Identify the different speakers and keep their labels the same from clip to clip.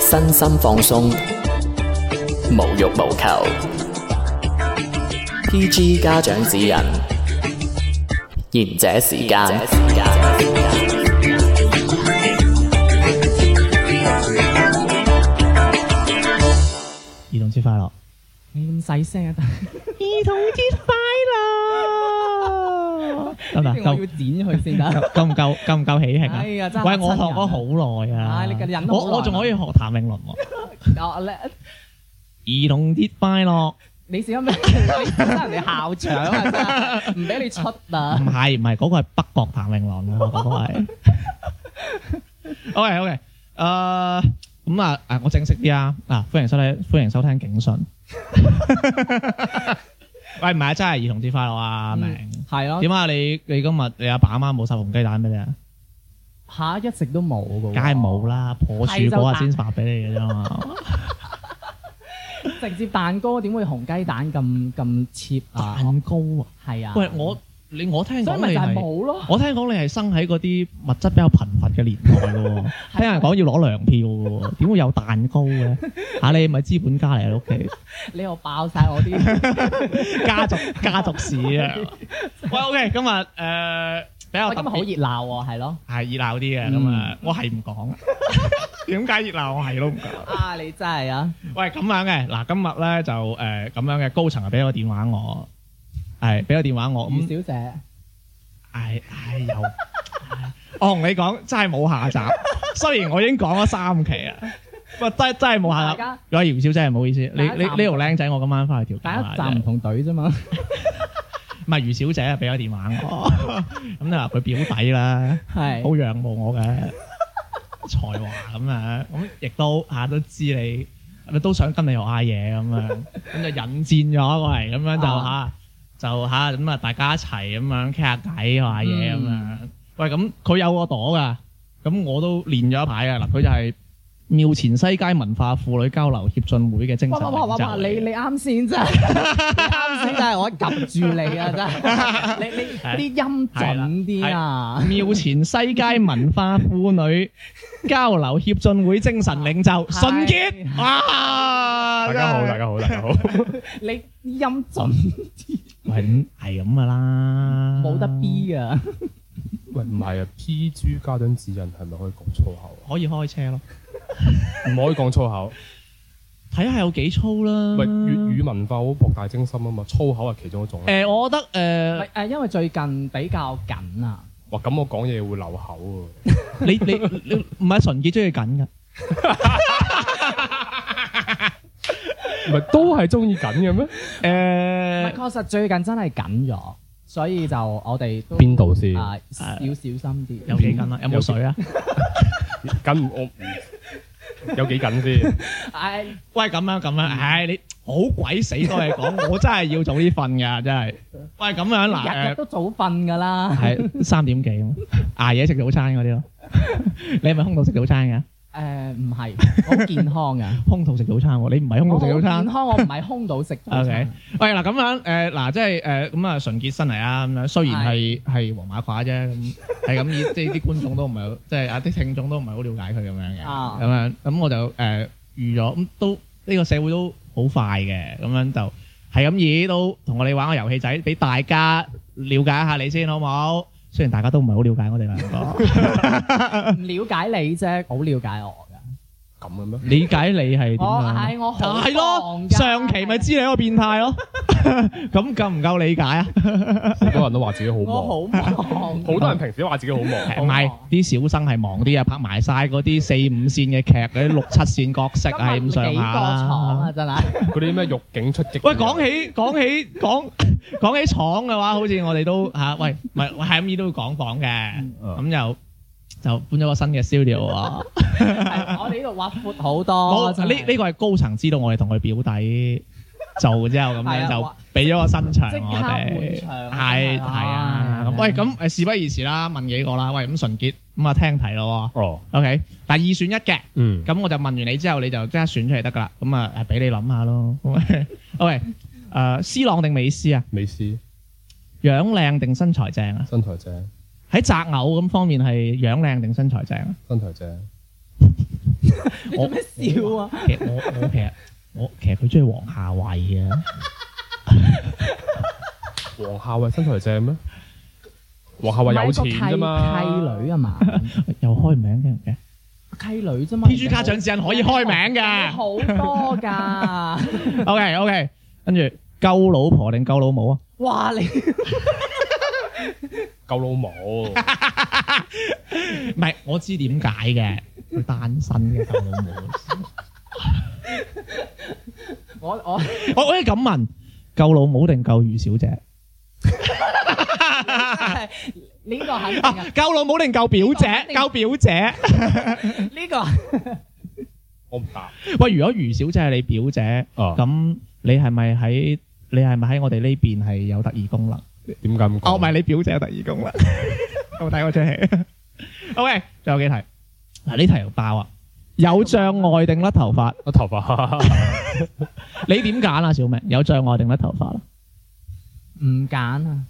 Speaker 1: 身心放鬆，無欲無求。PG 家長指引，賢者時間。
Speaker 2: 兒童節快 樂！
Speaker 3: 唔使聲啊，
Speaker 2: 兒童節快樂！得唔
Speaker 3: 但
Speaker 2: 得？
Speaker 3: 係 我要
Speaker 2: 夠
Speaker 3: 剪佢先得。
Speaker 2: 夠唔夠夠唔夠喜慶啊？
Speaker 3: 哎呀真係
Speaker 2: 喂，我學
Speaker 3: 嚇親人啊
Speaker 2: 咗好耐啊！
Speaker 3: 唉你忍咗好
Speaker 2: 我
Speaker 3: 耐啊
Speaker 2: 我仲可以學譚詠麟喎。
Speaker 3: 我咧，
Speaker 2: 兒童節快樂！
Speaker 3: 你小心咩？ 你真係人哋校長啊，真係唔俾你出
Speaker 2: 唔
Speaker 3: 啊！
Speaker 2: 係唔係，嗰個係北角譚詠 麟咯，嗰個係。OK OK，誒咁啊啊，我正式啲啊啊，歡迎收睇歡迎收聽警訊。 喂，唔係啊，真係兒童節快樂啊，阿明。
Speaker 3: 嗯係咯，
Speaker 2: 點啊？你你今日你阿爸阿媽冇晒紅雞蛋俾你啊？
Speaker 3: 嚇一直都冇嘅喎，
Speaker 2: 梗係冇，啦，破處嗰日先發俾你嘅啫嘛。
Speaker 3: 直接蛋糕點會紅雞蛋咁咁 cheap 啊？
Speaker 2: 蛋糕啊！
Speaker 3: 係啊，
Speaker 2: 喂，我你我聽
Speaker 3: 所
Speaker 2: 講
Speaker 3: 以咪
Speaker 2: 你
Speaker 3: 就係
Speaker 2: 係，
Speaker 3: 冇咯，
Speaker 2: 我聽講你係生喺嗰啲物質比較貧乏嘅年代嘅喎，聽人講要攞糧票嘅喎，點會有蛋糕嘅？嚇你咪資本家嚟啊屋 企，
Speaker 3: 你又爆晒我 啲，
Speaker 2: 家族家族史 啊！喂，OK，今日誒比較
Speaker 3: 我
Speaker 2: 特
Speaker 3: 今啊日好嗯
Speaker 2: 別
Speaker 3: 熱。鬧喎，係咯。
Speaker 2: 係熱鬧啲嘅，咁啊，我係唔 講。點解熱鬧我係都唔講？
Speaker 3: 啊！你真係啊，
Speaker 2: 喂，咁樣嘅，嗱，今日咧就誒咁、樣嘅，高層啊俾咗個電話我，係俾咗電話我，
Speaker 3: 余
Speaker 2: 咁
Speaker 3: 小姐，
Speaker 2: 唉唉又，唉我同你講真係冇 下集，雖然我已經講咗三期啦，喂真真係冇下
Speaker 3: 大
Speaker 2: 集。
Speaker 3: 家
Speaker 2: 喂，姚小姐唔好意思，你
Speaker 3: 大家
Speaker 2: 你呢
Speaker 3: 暫
Speaker 2: 條僆仔我今晚翻去調
Speaker 3: 大
Speaker 2: 教
Speaker 3: 家
Speaker 2: 下
Speaker 3: 站唔
Speaker 2: 啫
Speaker 3: 同隊啫嘛，
Speaker 2: 唔係余小姐啊俾咗電話我，咁你話佢表弟啦，
Speaker 3: 係
Speaker 2: 好仰慕 我嘅才華咁樣，咁亦都嚇都知你，你都想跟你學下嘢咁 樣，咁就引薦咗過嚟，咁樣就嚇、
Speaker 3: 啊
Speaker 2: 就嚇咁啊，大家一齊咁樣傾下偈學下嘢
Speaker 3: 嗯
Speaker 2: 咁樣。喂，咁佢有個朵㗎，咁我都練咗一排㗎嗱，佢就係廟前西街文化婦女交流協進會嘅精神
Speaker 3: 哇哇哇哇
Speaker 2: 領
Speaker 3: 哇！
Speaker 2: 袖嚟嘅
Speaker 3: 你你啱先 真係，你啱先真係我及住你啊！真係，你你啲音準啲啊！
Speaker 2: 廟前西街文化婦女交流協進會精神領袖
Speaker 3: 係
Speaker 2: 純潔， 啊哇！
Speaker 4: 大家好，
Speaker 2: 真係
Speaker 4: 大家好，大家好。
Speaker 3: 你啲音準
Speaker 2: 喂，咁係咁噶啦，
Speaker 3: 冇得 B 啊！
Speaker 4: 喂，唔係啊，PG 家長指引係咪可以講粗口啊？
Speaker 2: 可以開車咯，
Speaker 4: 唔可以講粗口。
Speaker 2: 睇下有幾粗啦。
Speaker 4: 喂，粵語文化好博大精深啊嘛，粗口係其中一種啊。
Speaker 2: 誒，我覺得
Speaker 3: 誒，因為最近比較緊啊，
Speaker 4: 哇，咁我講嘢會漏口
Speaker 2: 誒，
Speaker 4: 喎。
Speaker 2: 你你你唔係純潔中意緊噶，
Speaker 4: 唔係都係中意緊嘅咩？
Speaker 3: 唔
Speaker 2: 誒，
Speaker 3: 係確實最近真係緊咗，所以就我哋都
Speaker 4: 邊度先？
Speaker 3: 啊要小心啲。
Speaker 2: 有幾緊啊？有冇水啊？
Speaker 4: 緊我有幾緊先？
Speaker 3: 誒
Speaker 2: 喂，咁樣咁樣，
Speaker 4: 嗯
Speaker 2: 唉，你好鬼死多嘢 講，我真係要早啲瞓噶，真係。喂，咁樣嗱，誒
Speaker 3: 日日。都早瞓㗎啦。
Speaker 2: 係三點幾 咁，捱夜食早餐嗰啲咯。你係咪空肚食早餐㗎？
Speaker 3: 誒唔係，好健 康㗎。
Speaker 2: 空肚食早餐喎，你唔係空
Speaker 3: 我
Speaker 2: 肚食早
Speaker 3: 好
Speaker 2: 餐
Speaker 3: 健。康，我唔係空到食早
Speaker 2: O
Speaker 3: 餐
Speaker 2: K，。喂嗱咁樣誒嗱，即係誒咁啊，純潔身嚟啊咁樣，雖然係係黃馬褂啫，咁係咁以即係啲觀眾都唔係好，即係啊啲聽眾都唔係好了解佢咁樣嘅，
Speaker 3: 啊
Speaker 2: 咁樣咁我就誒預咗，咁都呢個社會都好快嘅，咁樣就係咁以都同我哋玩個遊戲仔，俾大家了解一下你先好冇？雖然大家都唔係好了解我哋兩個。
Speaker 3: 唔了解你啫，好了解我㗎。
Speaker 4: 咁嘅咩？
Speaker 2: 理解你係點
Speaker 3: 我
Speaker 2: 樣？
Speaker 3: 係我好
Speaker 2: 係咯
Speaker 3: 忙，㗎
Speaker 2: 上期咪知你一個變態咯， 咁夠唔夠理解啊？
Speaker 4: 好多人都話自己好忙，
Speaker 3: 我好忙。
Speaker 4: 好多人平時都話自己好忙。
Speaker 2: 唔係啲小生係忙啲啊，拍埋晒嗰啲四五線嘅劇，嗰啲六七線角色係咁上
Speaker 3: 啊幾個
Speaker 2: 啊下
Speaker 3: 廠
Speaker 2: 啦
Speaker 3: 啊，。真係。
Speaker 4: 嗰啲咩啊獄警出擊。
Speaker 2: 喂，講起講起講講起廠嘅話，好似我哋都嚇、喂，唔係係咁意都會講講嘅，咁又就搬咗個新嘅 studio 啊。
Speaker 3: 係我哋呢度挖闊好
Speaker 2: 好
Speaker 3: 多。哦真
Speaker 2: 呢
Speaker 3: 係
Speaker 2: 呢個係高層知道我哋同佢表弟做之後咁
Speaker 3: 係
Speaker 2: 樣
Speaker 3: 啊
Speaker 2: 就
Speaker 3: 哇
Speaker 2: 俾咗個新場
Speaker 3: 即刻
Speaker 2: 我哋，
Speaker 3: 換場
Speaker 2: 係係
Speaker 3: 真係
Speaker 2: 啊。咁
Speaker 3: 哇
Speaker 2: 喂，咁誒事不宜遲啦，問幾個啦。喂，咁純潔咁啊聽題咯
Speaker 4: 哦，
Speaker 2: 喎。OK，但二選一嘅，
Speaker 4: 嗯，
Speaker 2: 咁我就問完你之後，你就即刻選出嚟得噶啦。咁啊誒，俾你諗下咯。喂，誒斯朗定美斯啊？
Speaker 4: 美斯
Speaker 2: 樣靚定身材正啊？
Speaker 4: 身材正，
Speaker 2: 喺擇偶咁方面係樣靚定身材正啊？
Speaker 4: 身材正，
Speaker 3: 你做咩笑啊？
Speaker 2: 其實我我其實我其實佢中意黃夏慧嘅，
Speaker 4: 黃夏慧身材正咩？黃夏慧有錢啫嘛，
Speaker 3: 契女啊嘛，
Speaker 2: 又開名 嘅。
Speaker 3: 契女啫嘛。
Speaker 2: P.G. 卡獎指引可以開 名嘅。
Speaker 3: 好多噶，
Speaker 2: OK OK，跟住鳩老婆定鳩老母啊？
Speaker 3: 哇！你
Speaker 4: 夠老母，
Speaker 2: 唔係，我知點解嘅，佢單身嘅鳩老母。
Speaker 3: 我 我
Speaker 2: 我我可以咁問，鳩老母定鳩雨小姐？
Speaker 3: 呢個肯定
Speaker 2: 啊
Speaker 3: 啊，，
Speaker 2: 鳩老母定鳩表姐？鳩表姐。
Speaker 3: 呢個
Speaker 4: 我唔 答。
Speaker 2: 喂，如果余小姐係你表姐，
Speaker 4: 啊，
Speaker 2: 咁你係咪喺你係咪喺我哋呢邊係有特異功能？
Speaker 4: 點解咁講？
Speaker 2: 哦，唔係你表姐有特異 功能。有冇睇過出戲 ？OK，仲有幾題？嗱，呢題又爆啊！有障礙定甩頭髮？
Speaker 4: 我頭髮
Speaker 2: 你點揀啊，小明？有障礙定甩頭髮啦？啊
Speaker 3: 唔揀啊，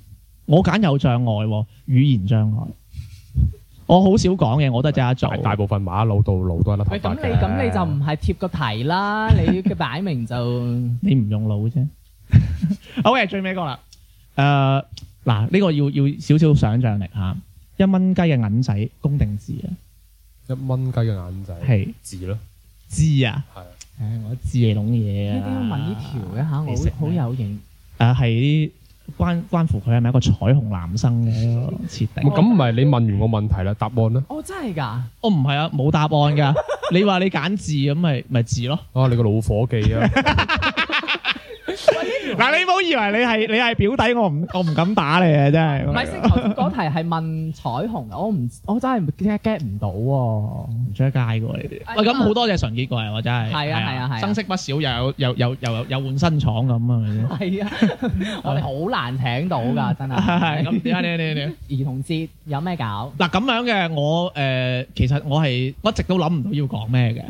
Speaker 2: 我揀有障礙喎，語言障礙。我好少講嘢，我都係即刻做
Speaker 4: 大。大部分馬佬到老都係
Speaker 3: 喂
Speaker 4: 甩頭
Speaker 3: 咁
Speaker 4: 髮
Speaker 3: 你
Speaker 4: 嘅
Speaker 3: 咁你就唔係貼個題啦，你嘅擺明就
Speaker 2: 你唔用腦啫。OK，最尾一個啦。誒、嗱，呢、個要要少少想像力嚇。一蚊雞嘅銀仔公定字啊？
Speaker 4: 一蚊雞嘅眼仔
Speaker 2: 係
Speaker 4: 字咯，
Speaker 2: 知啊？
Speaker 4: 係
Speaker 2: 唉，我知你懂嘢
Speaker 3: 你
Speaker 2: 啊。
Speaker 3: 點解問呢條嘅嚇？
Speaker 2: 你食
Speaker 3: 我好好
Speaker 2: 咩
Speaker 3: 有型，
Speaker 2: 誒係啲關關乎佢係咪一個彩虹男生嘅一個設定。
Speaker 4: 咁唔係你問完我問題啦，答案咧？
Speaker 3: 哦真係㗎，
Speaker 2: 我唔係啊，冇答案㗎。你話你揀字咁咪咪字咯。
Speaker 4: 啊，你個老伙計啊！
Speaker 2: 嗱，你唔好以為你係你係表弟，我唔我唔敢打你啊！真係。
Speaker 3: 唔係先頭先嗰題係問彩虹㗎，我唔我真係 get 唔到喎。
Speaker 2: 唔出得街嘅喎呢啲。
Speaker 3: 啊
Speaker 2: 喂，咁
Speaker 3: 因為
Speaker 2: 好多謝純潔過嚟喎，真係。
Speaker 3: 係啊係啊係啊
Speaker 2: 生色不少，又有又又又又又換新廠咁啊，係咪先？
Speaker 3: 係啊，我哋好難請到㗎，真
Speaker 2: 係
Speaker 3: 係。
Speaker 2: 咁點啊？你你你
Speaker 3: 兒童節有咩搞？
Speaker 2: 嗱咁樣嘅，我誒其實我係我一直都諗唔到要講咩嘅。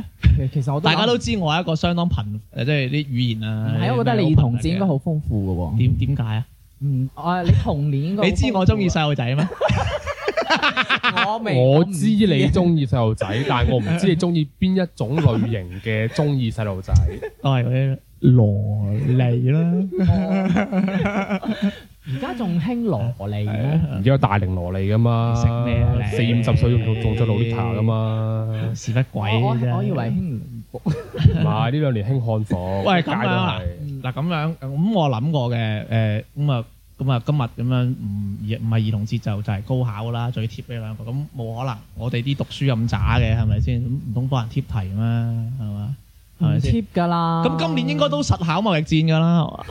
Speaker 3: 其實我
Speaker 2: 大家都知我係一個相當貧誒，即係啲語言啊。
Speaker 3: 係，我覺得你兒童節應該好豐富嘅喎。
Speaker 2: 點點解啊？
Speaker 3: 嗯，我你童年應該 好
Speaker 2: 你知我中意
Speaker 3: 豐
Speaker 2: 細路仔 咩？
Speaker 3: 富啊，我未
Speaker 4: 我知你中意細路仔， 但係我唔知你中意邊一種類型嘅中意 細路仔。
Speaker 2: 我係嗰啲羅莉啦，
Speaker 3: 而家仲興蘿莉咩？
Speaker 2: 啊
Speaker 4: 而家有大齡蘿莉噶嘛，
Speaker 2: 食咩啊你
Speaker 4: 四五十歲仲仲做老 l 塔噶嘛，
Speaker 2: 屎忽鬼
Speaker 3: 我
Speaker 2: 啫
Speaker 3: 我我以為興聯播
Speaker 4: 唔係呢兩年興漢服，
Speaker 2: 喂
Speaker 4: 一街都
Speaker 2: 咁樣啊
Speaker 4: 係
Speaker 2: 嗱咁樣，咁我諗過嘅，誒咁啊咁啊，今日咁樣唔唔係兒童節就就係高考啦，最貼呢兩個，咁冇可能，我哋啲讀書咁渣嘅係咪先？咁唔通幫人貼題咩？係嘛？係
Speaker 3: 唔
Speaker 2: 咪先？
Speaker 3: 貼啊㗎啦。
Speaker 2: 咁今年應該都實考貿易戰㗎啦，啊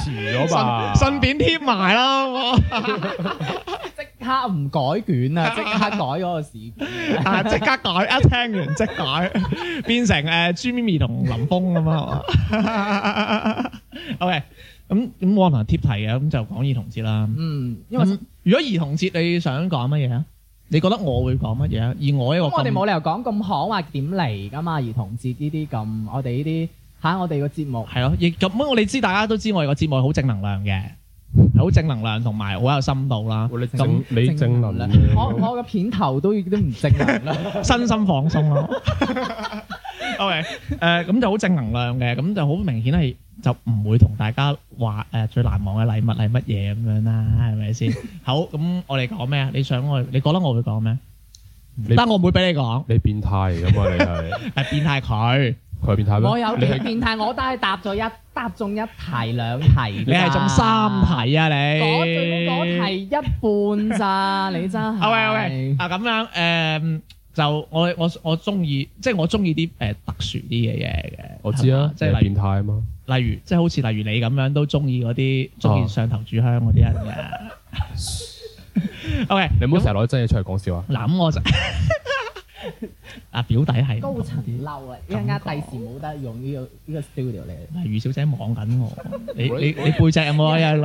Speaker 4: 遲咗吧，
Speaker 2: 順順便貼埋啦，好唔好
Speaker 3: 即刻唔改 卷啊！即刻改嗰個試卷。
Speaker 2: 啊即刻改，一聽完即改，變成誒朱咪咪同林峰咁啊係嘛 ，OK，咁咁我可能貼題嘅，咁就講兒童節啦。
Speaker 3: 嗯，因為
Speaker 2: 咁如果兒童節你想講乜嘢啊？你覺得我會講乜嘢啊？以我一個
Speaker 3: 咁我哋
Speaker 2: 咁
Speaker 3: 冇理由講咁行話點嚟㗎嘛？兒童節呢啲咁，我哋呢啲嚇我哋個節目
Speaker 2: 係咯，亦咁我哋知大家都知我哋個節目係好正能量嘅，係好正能量同埋好有深度啦，
Speaker 4: 喂你
Speaker 2: 咁
Speaker 4: 正你正能量，
Speaker 3: 我我個片頭都已經唔正能啦。
Speaker 2: 身心放鬆咯。OK，誒、咁就好正能量嘅，咁就好明顯係就唔會同大家話誒、最難忘嘅禮物係乜嘢咁樣啦，係咪先？好，咁我哋講咩啊？你想我，你覺得我會講咩？
Speaker 4: 你
Speaker 2: 但我唔會俾你 講，
Speaker 4: 你變態嚟噶嘛？你係
Speaker 2: 係變態佢。
Speaker 4: 佢係變態咩？
Speaker 3: 我有
Speaker 4: 你
Speaker 3: 幾
Speaker 4: 係
Speaker 3: 變態，我都係答咗一答中一題兩題㗎。
Speaker 2: 你係中三題啊你？
Speaker 3: 我最多講題一半 咋，你真係。
Speaker 2: 啊喂喂啊咁樣誒、就我我我中意，即係我中意啲誒特殊啲嘅嘢嘅。
Speaker 4: 我知
Speaker 2: 係
Speaker 4: 啊
Speaker 2: 嘛，即
Speaker 4: 你
Speaker 2: 係
Speaker 4: 係
Speaker 2: 例
Speaker 4: 變態啊嘛，
Speaker 2: 如例如即係好似例如你咁樣都中意嗰啲中意上頭炷香嗰啲人嘅。OK，
Speaker 4: 你唔好成日攞真嘢出嚟講笑啊！
Speaker 2: 嗱咁我就啊表弟係
Speaker 3: 高層嬲啦，一陣間第時冇得用呢個呢個 studio 嚟。
Speaker 2: 余小姐望緊我，你你你背脊有冇一兩？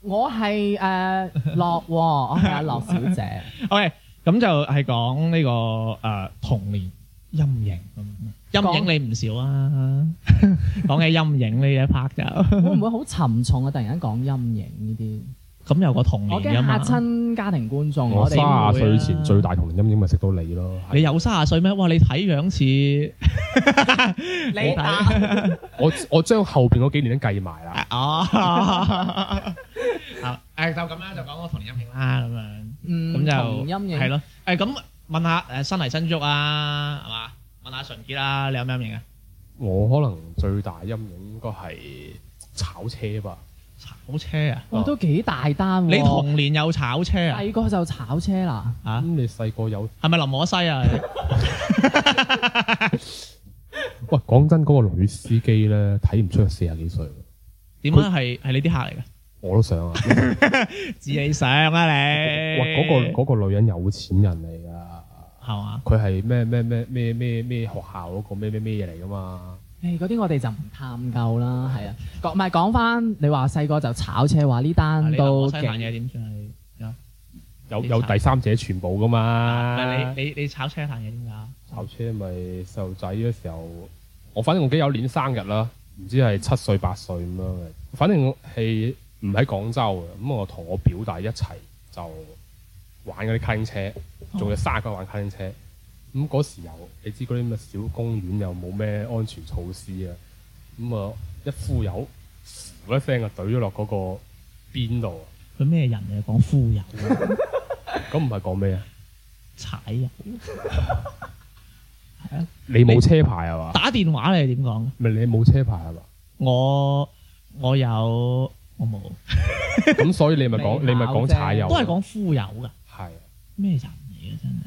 Speaker 3: 我係誒樂喎，我係阿樂小 姐。
Speaker 2: OK，咁就係講呢個誒、呃童年陰影咁。陰影你唔少啊， 講起陰影呢一 part 就
Speaker 3: 會唔會好沉重啊？突然間講陰影呢啲，
Speaker 2: 咁有個童
Speaker 3: 我
Speaker 2: 年
Speaker 3: 驚
Speaker 2: 㗎
Speaker 3: 嚇
Speaker 2: 嘛。
Speaker 3: 親家庭觀眾，
Speaker 4: 我
Speaker 3: 我哋
Speaker 4: 卅
Speaker 2: 會
Speaker 4: 歲
Speaker 2: 啊
Speaker 4: 前最大童年陰影咪識到你咯。
Speaker 2: 你有卅歲咩？哇！你睇樣似
Speaker 3: 你打
Speaker 4: 我我將後邊嗰幾年都計埋啦。
Speaker 2: 哦，啊誒就咁啦，就講個童年陰影啦，咁樣
Speaker 3: 嗯
Speaker 2: 咁就
Speaker 3: 同陰影
Speaker 2: 係咯。誒咁問下誒新嚟新竹啊，係嘛？問下純潔啦，你有咩陰影啊？
Speaker 4: 我可能最大陰影應該係炒車吧。
Speaker 2: 炒車啊！
Speaker 3: 哇都幾大單喎。
Speaker 2: 你童年有炒車啊？
Speaker 3: 細個就炒車啦，
Speaker 4: 咁
Speaker 2: 嚇
Speaker 4: 你細個有
Speaker 2: 係咪林可西啊？
Speaker 4: 喂？講真，嗰個女司機咧睇唔出佢四十幾歲，
Speaker 2: 點啊？係係你啲客嚟㗎？
Speaker 4: 我都想啊。
Speaker 2: 自己上啊你！
Speaker 4: 喂，嗰個嗰個女人有錢人嚟㗎。
Speaker 2: 係嘛？
Speaker 4: 佢係咩咩咩咩咩咩學校嗰個咩咩咩嘢嚟噶嘛？
Speaker 3: 誒嗰啲我哋就唔探究啦，係啊。講唔係講翻你話細個就炒車，話呢單
Speaker 2: 啊你林可
Speaker 3: 都
Speaker 2: 西
Speaker 3: 勁
Speaker 2: 扮嘢點算係？
Speaker 4: 有
Speaker 2: 你
Speaker 4: 有
Speaker 2: 查
Speaker 4: 第三者全部噶
Speaker 2: 唔
Speaker 4: 嘛
Speaker 2: 係？你你你炒車彈嘢點解？
Speaker 4: 炒車咪細路仔嘅時候，我反正我記得有年生日啦，唔知係七歲八歲咁樣嘅。反正我係唔喺廣州嘅，咁我同我表弟一齊就玩嗰啲卡丁車，仲有卅個玩卡丁車。咁嗰時候你知嗰啲咁嘅小公園又冇咩安全措施啊，咁啊一呼油，呼一聲啊，懟咗落嗰個邊度啊！
Speaker 2: 佢咩人嚟？講夫人
Speaker 4: 咁唔係講咩啊？
Speaker 2: 踩人。
Speaker 4: 你冇車牌係嘛？
Speaker 2: 打電話你係點講？
Speaker 4: 咪你冇車牌啊係嘛？
Speaker 2: 我我有啊我冇，
Speaker 4: 咁所以你咪講，
Speaker 3: 你
Speaker 4: 你咪講
Speaker 3: 考啫
Speaker 4: 踩油，
Speaker 2: 都係講夫友噶，
Speaker 4: 係啊
Speaker 2: 咩人嚟嘅真係？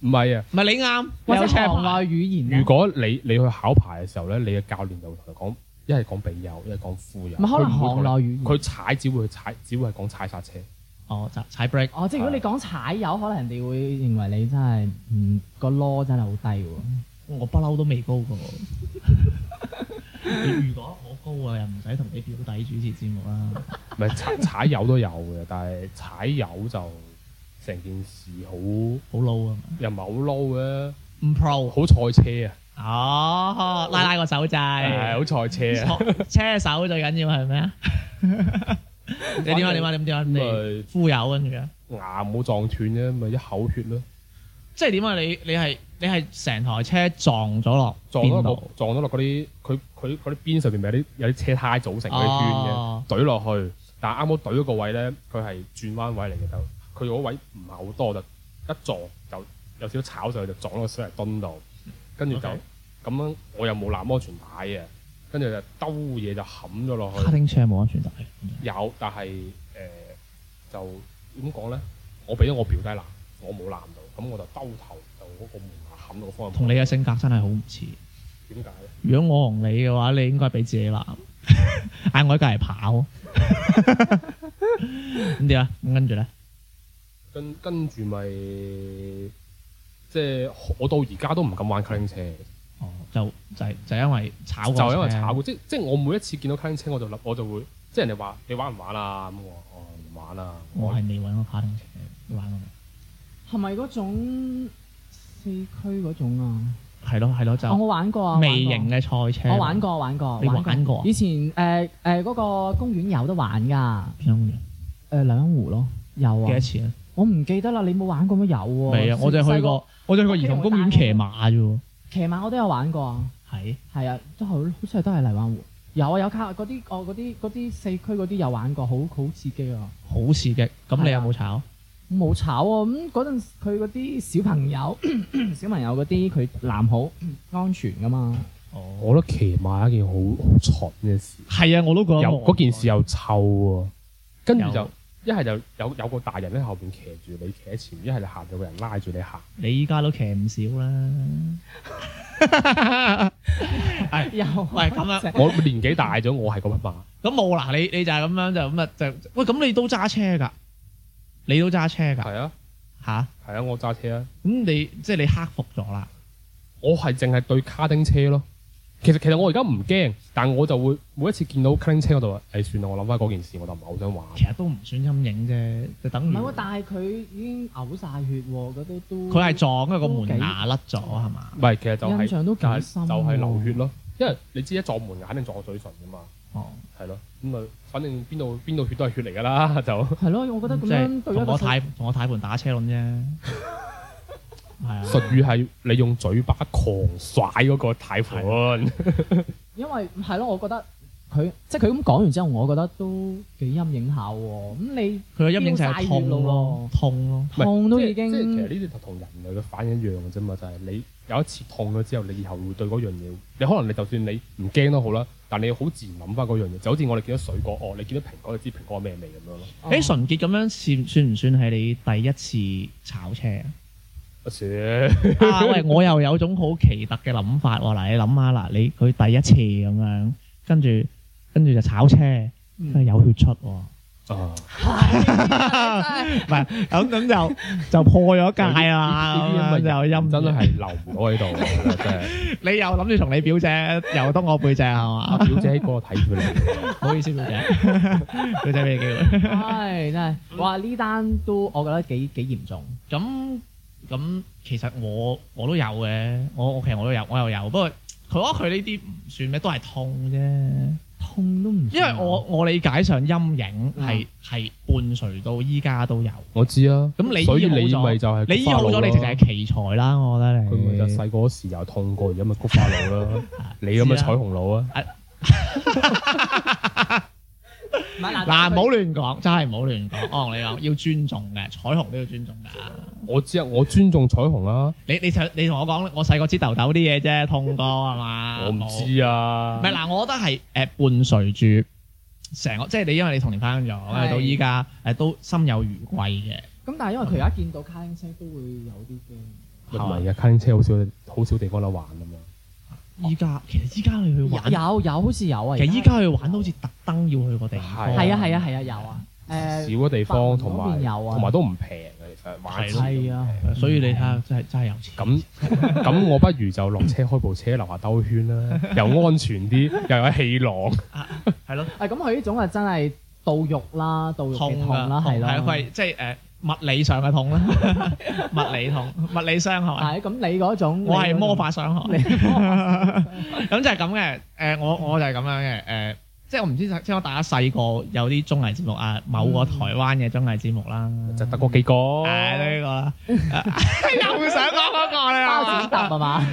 Speaker 4: 唔係啊？
Speaker 2: 唔係你啱，你
Speaker 3: 或者
Speaker 2: 有車牌，
Speaker 3: 行內語言啊
Speaker 4: 如
Speaker 3: 咧，
Speaker 4: 果你你去考牌嘅時候咧，你嘅教練就會同你講，一係講備油，一係講副油。
Speaker 3: 唔係可能
Speaker 4: 佢唔會同
Speaker 3: 行內
Speaker 4: 你
Speaker 3: 語言。
Speaker 4: 佢踩只會踩，只會係講踩剎車。
Speaker 2: 哦就踩 break，
Speaker 3: 哦，即係如果你講踩油，可能人哋會認為你真係唔個 law 真係好低喎。
Speaker 2: 我不嬲都未高過。 你如果我高啊，又唔使同你表弟主持節目啦。
Speaker 4: 唔係踩 踩油都有嘅，但係踩油就成件事好又
Speaker 2: 好 low 啊嘛，
Speaker 4: 唔係好撈嘅，
Speaker 2: 唔 pro
Speaker 4: 好賽車啊，
Speaker 2: 哦，拉拉個手
Speaker 4: 係
Speaker 2: 掣，
Speaker 4: 好賽車啊。
Speaker 2: 學車手最緊要係咩啊？你點啊？點啊？點點啊？
Speaker 4: 咁
Speaker 2: 你
Speaker 4: 咪
Speaker 2: 夫友跟住啊？
Speaker 4: 牙冇撞斷啫，咪一口血咯，
Speaker 2: 即係點啊？你你係你係成台車撞咗落
Speaker 4: 撞到
Speaker 2: 邊
Speaker 4: 落
Speaker 2: 度？
Speaker 4: 撞咗落嗰啲佢佢嗰啲邊上面咪有啲有啲車胎組成嗰啲圈嘅。
Speaker 2: 哦
Speaker 4: 懟落去，但係啱好懟嗰個位咧，佢係轉彎位嚟嘅，就佢嗰位唔係好多，就一撞就有少少炒上去，就撞落個水泥墩度，跟住就咁
Speaker 2: OK
Speaker 4: 樣，我又冇攬安全帶嘅，跟住就兜嘢就冚咗落
Speaker 2: 卡
Speaker 4: 去，
Speaker 2: 丁車冇安全帶，
Speaker 4: 有，但係誒、呃就點講咧？我俾咗我表弟攬，我冇攬到，咁我就兜頭就嗰個門牙冚到個方向盤，
Speaker 2: 同你嘅性格真係好唔似。
Speaker 4: 點解咧？
Speaker 2: 如果我同你嘅話，你應該俾自己攬， 嗌我喺隔離跑。咁點啊？咁跟住咧，
Speaker 4: 跟跟住咪即係我到而家都唔敢玩卡丁車。
Speaker 2: 哦，就就係就係因為炒過
Speaker 4: 就
Speaker 2: 車，
Speaker 4: 因為炒股，即即我每一次見到卡丁車我就諗，我就會即人哋話你玩唔玩啊咁我話哦唔玩啦、
Speaker 2: 我係未揾過卡丁車，你玩過
Speaker 3: 係咪嗰種四驅嗰種啊？
Speaker 2: 未？係咯係咯，
Speaker 3: 哦
Speaker 2: 就
Speaker 3: 我玩過啊，
Speaker 2: 微型嘅
Speaker 3: 玩
Speaker 2: 賽
Speaker 3: 過
Speaker 2: 車。
Speaker 3: 我玩過，玩過，
Speaker 2: 嗯你玩過啊
Speaker 3: 以前誒誒嗰個公園有得玩㗎，
Speaker 2: 邊種嘢？
Speaker 3: 誒兩湖咯，有
Speaker 2: 幾
Speaker 3: 啊
Speaker 2: 多，錢啊？
Speaker 3: 我唔記得啦，你冇玩過咩？有喎，
Speaker 2: 未啊！我就係去
Speaker 3: 細個
Speaker 2: 過，我就去過兒童公園騎馬啫喎。
Speaker 3: 騎馬，我都有玩過啊，
Speaker 2: 係
Speaker 3: 係啊，都好好似係都係荔灣湖，有啊有卡嗰啲哦嗰啲嗰啲四驅嗰啲有玩過，好好刺激啊！
Speaker 2: 好刺激。咁你有冇炒？
Speaker 3: 冇炒啊！咁嗰陣佢嗰啲小朋友， 小朋友嗰啲佢攬好安全噶嘛。
Speaker 2: 哦，
Speaker 4: 我覺得騎馬係一件好好蠢嘅事，
Speaker 2: 係啊，我都覺得
Speaker 4: 又嗰件事又臭喎、跟住就
Speaker 2: 有
Speaker 4: 一係就有有個大人喺後邊騎住你騎喺前面，一係就行有個人拉住你 行。
Speaker 2: 你依家都騎唔 少啦。係
Speaker 3: 又
Speaker 2: 喂咁啊
Speaker 4: 我年紀大咗，我係嗰匹馬，
Speaker 2: 咁冇啦，你你就係咁樣就咁啊就喂咁你都揸車㗎，你都揸車㗎
Speaker 4: 係啊
Speaker 2: 吓？
Speaker 4: 係啊，我揸車啊，
Speaker 2: 咁你即係你克服咗啦，
Speaker 4: 我係淨係對卡丁車咯。其實其實我而家唔驚，但我就會每一次見到卡丁車嗰度，誒、算啦，我諗翻嗰件事，我就唔係好想玩。
Speaker 2: 其實都唔算陰影啫，就等
Speaker 3: 唔
Speaker 2: 於
Speaker 3: 係喎，
Speaker 2: 佢
Speaker 3: 但係佢已經嘔晒血喎，嗰啲都
Speaker 2: 係撞咗個門牙甩咗係嘛？
Speaker 4: 唔係，其實就係、
Speaker 3: 印象都幾
Speaker 4: 就係
Speaker 3: 深
Speaker 4: 就係流血
Speaker 3: 咯。
Speaker 4: 咯，因為你知一撞門牙肯定撞嘴唇噶嘛，
Speaker 2: 哦，
Speaker 4: 係咯，咁啊，反正邊度邊度血都係血嚟㗎啦，就
Speaker 3: 係咯，我覺得咁
Speaker 2: 即
Speaker 3: 樣
Speaker 2: 係
Speaker 3: 對一
Speaker 2: 同
Speaker 3: 個
Speaker 2: 我
Speaker 3: 細
Speaker 2: 太同我太盤打車輪 啫。係啊，
Speaker 4: 術語係你用嘴巴狂甩嗰個貸款，
Speaker 3: 因為係咯，我覺得佢即係佢咁講完之後，我覺得都幾陰影下喎。咁你
Speaker 2: 佢個陰影就係痛咯，痛咯。
Speaker 4: 唔係
Speaker 3: 痛都
Speaker 4: 即係
Speaker 3: 已經
Speaker 4: 即係其實呢啲就同人類嘅反應一樣嘅啫嘛，就係、你有一次痛咗之後，你以後會對嗰樣嘢，你可能你就算你唔驚都好啦，但你好自然諗翻嗰樣嘢，就好似我哋見到水果，哦，你見到蘋果，你知蘋果係咩味咁樣咯。
Speaker 3: 哦
Speaker 2: 誒純潔咁樣算算唔算係你第一次炒車 啊？
Speaker 4: 阿 Sir，
Speaker 2: 啊喂，我又有種好奇特嘅諗法喎！嗱，你諗下嗱，你佢第一次咁樣，跟住跟住就炒車，跟住有血出喎， 唔
Speaker 4: 啊，
Speaker 2: 係咁咁就就破咗戒啦，咁樣就陰
Speaker 4: 真係留唔到喺度，我覺得真係。
Speaker 2: 你又諗住同你表姐又得我背脊係
Speaker 4: 阿
Speaker 2: 嘛？
Speaker 4: 表啊姐嗰個睇住你，
Speaker 2: 唔好意思， 表姐，表姐俾你機會。
Speaker 3: 唉， 真係哇！呢單都我覺得幾幾嚴重。
Speaker 2: 咁咁其實我我都有嘅，我我其實我都有，我又有，不過佢覺得佢呢啲唔算咩，都係痛啫。
Speaker 3: 痛都唔算
Speaker 2: 因為我我理解上陰影係
Speaker 3: 嗯
Speaker 2: 係伴隨到依家都有。
Speaker 4: 我知啊。
Speaker 2: 咁你醫
Speaker 4: 所以你
Speaker 2: 好咗
Speaker 4: 咪就係
Speaker 2: 你醫好咗，你直
Speaker 4: 直
Speaker 2: 情係奇才啦，我覺得你。
Speaker 4: 佢咪就細個嗰時又痛過，而家咪菊花佬啦， 你咁嘅彩虹佬啊，
Speaker 3: 唔係
Speaker 2: 嗱，唔好亂講，真係唔好亂講。 我同你講，要尊重嘅，彩虹都要尊重㗎。
Speaker 4: 我知啊，我尊重彩虹啊啦，
Speaker 2: 你你就你同我講，我細個知豆豆啲嘢啫，痛過係嘛？
Speaker 4: 我唔知啊
Speaker 2: 唔。係嗱，我覺得係誒伴隨住成個，即係你因為你童年翻咗，
Speaker 3: 係
Speaker 2: 到依家誒都心有餘悸嘅。
Speaker 3: 咁，但係因為佢而家見到卡丁車都會有啲驚。
Speaker 4: 唔係啊，卡丁車好少好少地方有得玩啊嘛。
Speaker 2: 依家哦其實依家你去玩，
Speaker 3: 有有好似有啊。
Speaker 2: 其實依家去玩都好似特登要去個地方。
Speaker 4: 係
Speaker 3: 係啊係啊係啊有啊。
Speaker 4: 少
Speaker 3: 誒
Speaker 4: 嘅地方同
Speaker 3: 白雲嗰邊
Speaker 4: 埋
Speaker 3: 有啊
Speaker 4: 同埋都唔平嘅，其實玩一次都唔
Speaker 3: 係
Speaker 4: 平
Speaker 3: 啊，
Speaker 2: 所以你睇下，真係真係有錢。
Speaker 4: 咁咁，我不如就落車開部車樓下兜圈 啦，又安全啲，又有氣囊。
Speaker 2: 係咯，
Speaker 3: 誒咁佢呢種啊真係到肉啦，到肉嘅
Speaker 2: 痛
Speaker 3: 痛
Speaker 2: 㗎，
Speaker 3: 啦，
Speaker 2: 痛啊係
Speaker 3: 係啦。
Speaker 2: 佢係即係誒物理上嘅痛啦， 物理痛，物理傷害。
Speaker 3: 係咁，你嗰種
Speaker 2: 我係 魔
Speaker 3: 法。
Speaker 2: 法傷害。 咁就係咁嘅，誒、我我就係咁樣嘅，誒、即係我唔知即係大家細個有啲綜藝節目啊，某個台灣嘅綜藝節目啦，
Speaker 4: 就得嗰幾個，
Speaker 2: 係呢 個啦，又想講嗰個
Speaker 3: 包剪
Speaker 2: 啦，
Speaker 3: 揼係嘛？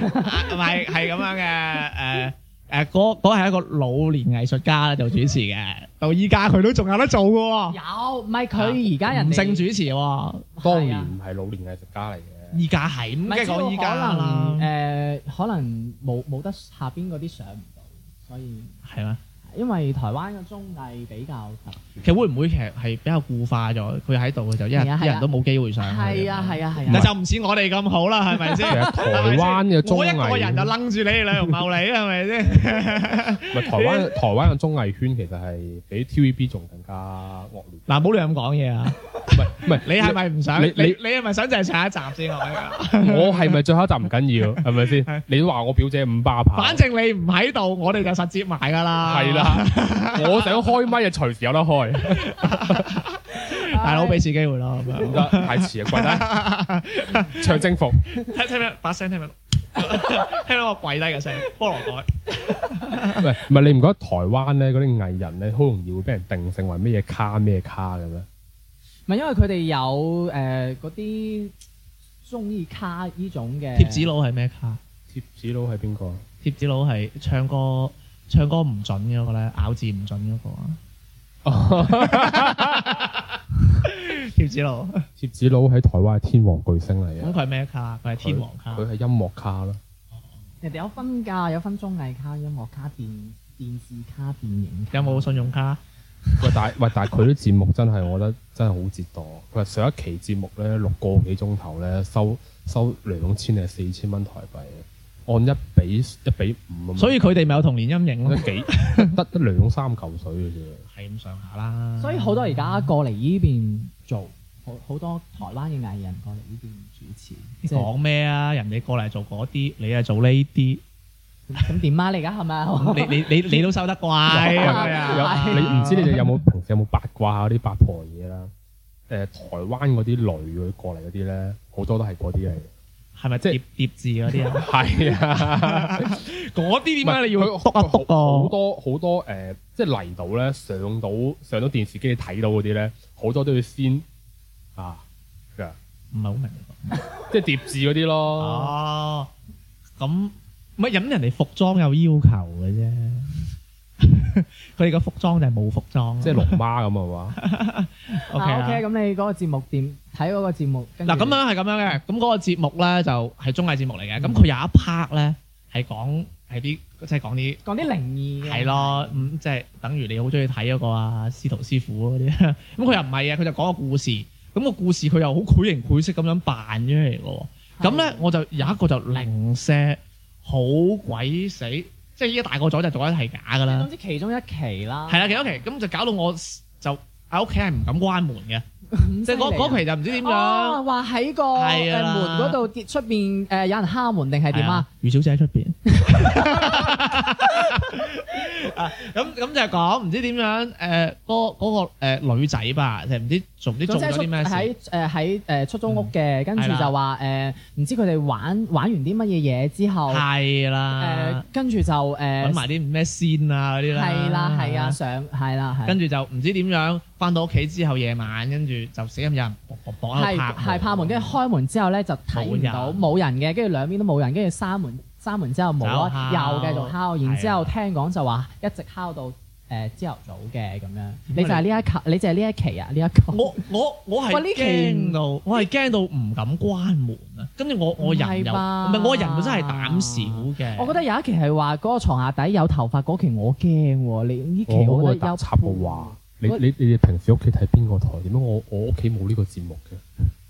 Speaker 2: 唔係係咁樣嘅，誒誒嗰嗰係一個老年藝術家啦做主持嘅，到依家佢都仲有得做嘅喎，
Speaker 3: 有，唔係佢而家人
Speaker 2: 唔
Speaker 3: 哋
Speaker 2: 姓主持喎，
Speaker 4: 當然唔係老年藝術家嚟嘅。
Speaker 2: 依家係咁，
Speaker 3: 唔
Speaker 2: 梗係
Speaker 3: 係
Speaker 2: 講依家
Speaker 3: 可能誒、
Speaker 2: 啦，
Speaker 3: 可能冇冇得下邊嗰啲上唔到，所以
Speaker 2: 係咩？
Speaker 3: 因為台灣嘅綜藝比較特別。
Speaker 2: 其實會唔會其實係比較固化咗？佢喺度嘅就一人
Speaker 3: 係啊係啊
Speaker 2: 一人都冇機會上去。
Speaker 3: 係啊係啊係
Speaker 2: 但
Speaker 3: 啊！
Speaker 2: 就唔似我哋咁好啦，係咪先？
Speaker 4: 其實台灣嘅綜
Speaker 2: 我一
Speaker 4: 藝，
Speaker 2: 個人就楞住你哋兩條茂利，係咪先？
Speaker 4: 唔係台灣台灣嘅綜藝圈其實係比 TVB 仲更加惡 劣。
Speaker 2: 嗱，唔好亂咁講嘢啊！
Speaker 4: 唔係唔係，
Speaker 2: 你係咪唔想？你
Speaker 4: 你
Speaker 2: 你啊
Speaker 4: 你
Speaker 2: 你係咪想就係上一集先？我呢個
Speaker 4: 我係咪最後一集唔緊要，係咪先？你都話我表姐五巴炮，
Speaker 2: 反正你唔喺度，我哋就實接埋㗎啦。
Speaker 4: 係，啦。 我想開咪就隨時有得開，
Speaker 2: 大佬俾次機會咯，咁樣
Speaker 4: 唔得太遲啊！跪 低，唱征服。
Speaker 2: 聽聽唔聽把聲聽唔聽？ 聽到我跪低嘅聲，菠蘿蓋。
Speaker 4: 喂，唔係你唔覺得台灣咧嗰啲藝人咧，好容易會俾人定性為咩嘢卡咩卡嘅咩？
Speaker 3: 唔係因為佢哋有誒嗰啲綜藝卡呢種嘅
Speaker 2: 貼紙佬係咩卡？
Speaker 4: 貼紙佬係邊個？
Speaker 2: 貼紙佬係唱歌唱歌唔準嗰個咧，咬字唔準嗰個啊。哦 貼紙佬
Speaker 4: 貼紙佬喺台灣係天王巨星嚟
Speaker 2: 咁
Speaker 4: 嘅，
Speaker 2: 佢係咩卡？佢係天王卡。
Speaker 4: 佢係音樂卡啦。
Speaker 3: 人哋有分㗎，有分綜藝卡、音樂卡、電電視卡、電影卡。
Speaker 2: 有冇信用卡？
Speaker 4: 喂，但 係喂，但係佢啲節目真係，我覺得真係好折墮。佢話上一期節目咧六個幾鐘頭咧，收收兩千定係四千蚊台幣，按一比一比五咁樣。啊
Speaker 2: 所以佢哋咪有童年陰 影咯
Speaker 4: 得。幾得得兩三嚿水嘅啫。
Speaker 2: 係咁上下啦。
Speaker 3: 所以好多而家過嚟呢邊做，好好多台灣嘅藝人過嚟呢邊主持，即係
Speaker 2: 講咩啊？人哋過嚟做嗰啲，你係做呢 啲，
Speaker 3: 咁點啊？你而家係咪？
Speaker 2: 你你你你都收得 怪係咪啊？
Speaker 4: 有你唔知你哋有冇平時有冇八卦下啲八婆嘢啦？誒、台灣嗰啲女佢過嚟嗰啲咧，好多都係嗰啲嚟嘅。
Speaker 2: 係咪
Speaker 4: 即係
Speaker 2: 疊疊字嗰啲啊？
Speaker 4: 係啊，
Speaker 2: 嗰啲點解你要
Speaker 4: 唔
Speaker 2: 篤一
Speaker 4: 係
Speaker 2: 篤
Speaker 4: 好
Speaker 2: 啊？
Speaker 4: 多好多誒、即即係嚟到咧上到上到電視機睇到嗰啲咧，好多都要先啊㗎，
Speaker 2: 唔係好明。
Speaker 4: 即係疊字嗰啲咯。
Speaker 2: 哦，咁唔係咁人哋服裝有要求嘅 啫，佢哋嘅服裝就係冇服裝，
Speaker 4: 即係龍媽咁啊嘛，
Speaker 2: O K
Speaker 3: 啊 OK，咁你嗰個節目點睇嗰個節目？跟住
Speaker 2: 嗱，咁樣係咁樣嘅，咁嗰個節目咧就係綜藝節目嚟嘅，
Speaker 3: 嗯
Speaker 2: 咁佢有一 part 咧係講係啲即係講啲
Speaker 3: 講啲靈異嘅
Speaker 2: 係，咯，咁即係等於你好中意睇嗰個啊司徒師傅嗰啲， 咁佢又唔係啊，佢就講個故事，咁個故事佢又好繪形繪色咁樣扮出嚟嘅喎，咁咧我就有一個就零舍好鬼死，即係依家大個咗就做得係假㗎啦
Speaker 3: 總。之其中一期啦，
Speaker 2: 係啦，幾多期咁就搞到我就喺屋企係唔敢關門嘅，
Speaker 3: 咁
Speaker 2: 即係嗰
Speaker 3: 犀利啊
Speaker 2: 嗰期就唔知點
Speaker 3: 哦，
Speaker 2: 樣。
Speaker 3: 話喺個
Speaker 2: 係
Speaker 3: 誒
Speaker 2: 啊
Speaker 3: 門嗰度跌出邊誒有人敲門定係點啊？？
Speaker 2: 余小姐喺出邊。 啊，咁咁就係講唔知點樣誒，嗰嗰個誒女仔吧，就唔知做唔知做
Speaker 3: 總之
Speaker 2: 咗
Speaker 3: 係出
Speaker 2: 啲咩事
Speaker 3: 喺誒喺誒出租屋嘅，跟住
Speaker 2: 係啦
Speaker 3: 就話誒唔知佢哋玩玩完啲乜嘢嘢之後，
Speaker 2: 係
Speaker 3: 誒
Speaker 2: 啦，
Speaker 3: 跟住就誒
Speaker 2: 揾埋啲咩仙啊嗰啲啦，
Speaker 3: 係啦係啊上係啦係，
Speaker 2: 跟住就唔知點樣翻到屋企之後夜晚，跟住就死咁有人搏搏搏喺
Speaker 3: 係
Speaker 2: 度哦拍
Speaker 3: 係拍門，跟住開門之後咧就睇唔到冇人嘅，跟住兩邊都冇人，跟住閂門閂門之後冇啊，又
Speaker 2: 又敲
Speaker 3: 繼續敲，然之後
Speaker 2: 係
Speaker 3: 聽講就話一直敲到誒朝頭早嘅咁樣，你
Speaker 2: 你
Speaker 3: 就係呢一期，你就係呢一期啊呢一個。
Speaker 2: 我我我係
Speaker 3: 喂呢期
Speaker 2: 驚到，我係驚到唔敢關門啊！跟住我我人又
Speaker 3: 唔係
Speaker 2: 唔
Speaker 3: 吧
Speaker 2: 係我人本身係膽小嘅，
Speaker 3: 我覺得有一期係話嗰個床下底有頭髮嗰期我驚喎，你呢期
Speaker 4: 我
Speaker 3: 我覺
Speaker 4: 嗰個
Speaker 3: 得有
Speaker 4: 特輯嘅話，你你你哋平時屋企睇邊個台？點解我我屋企冇呢個節目嘅？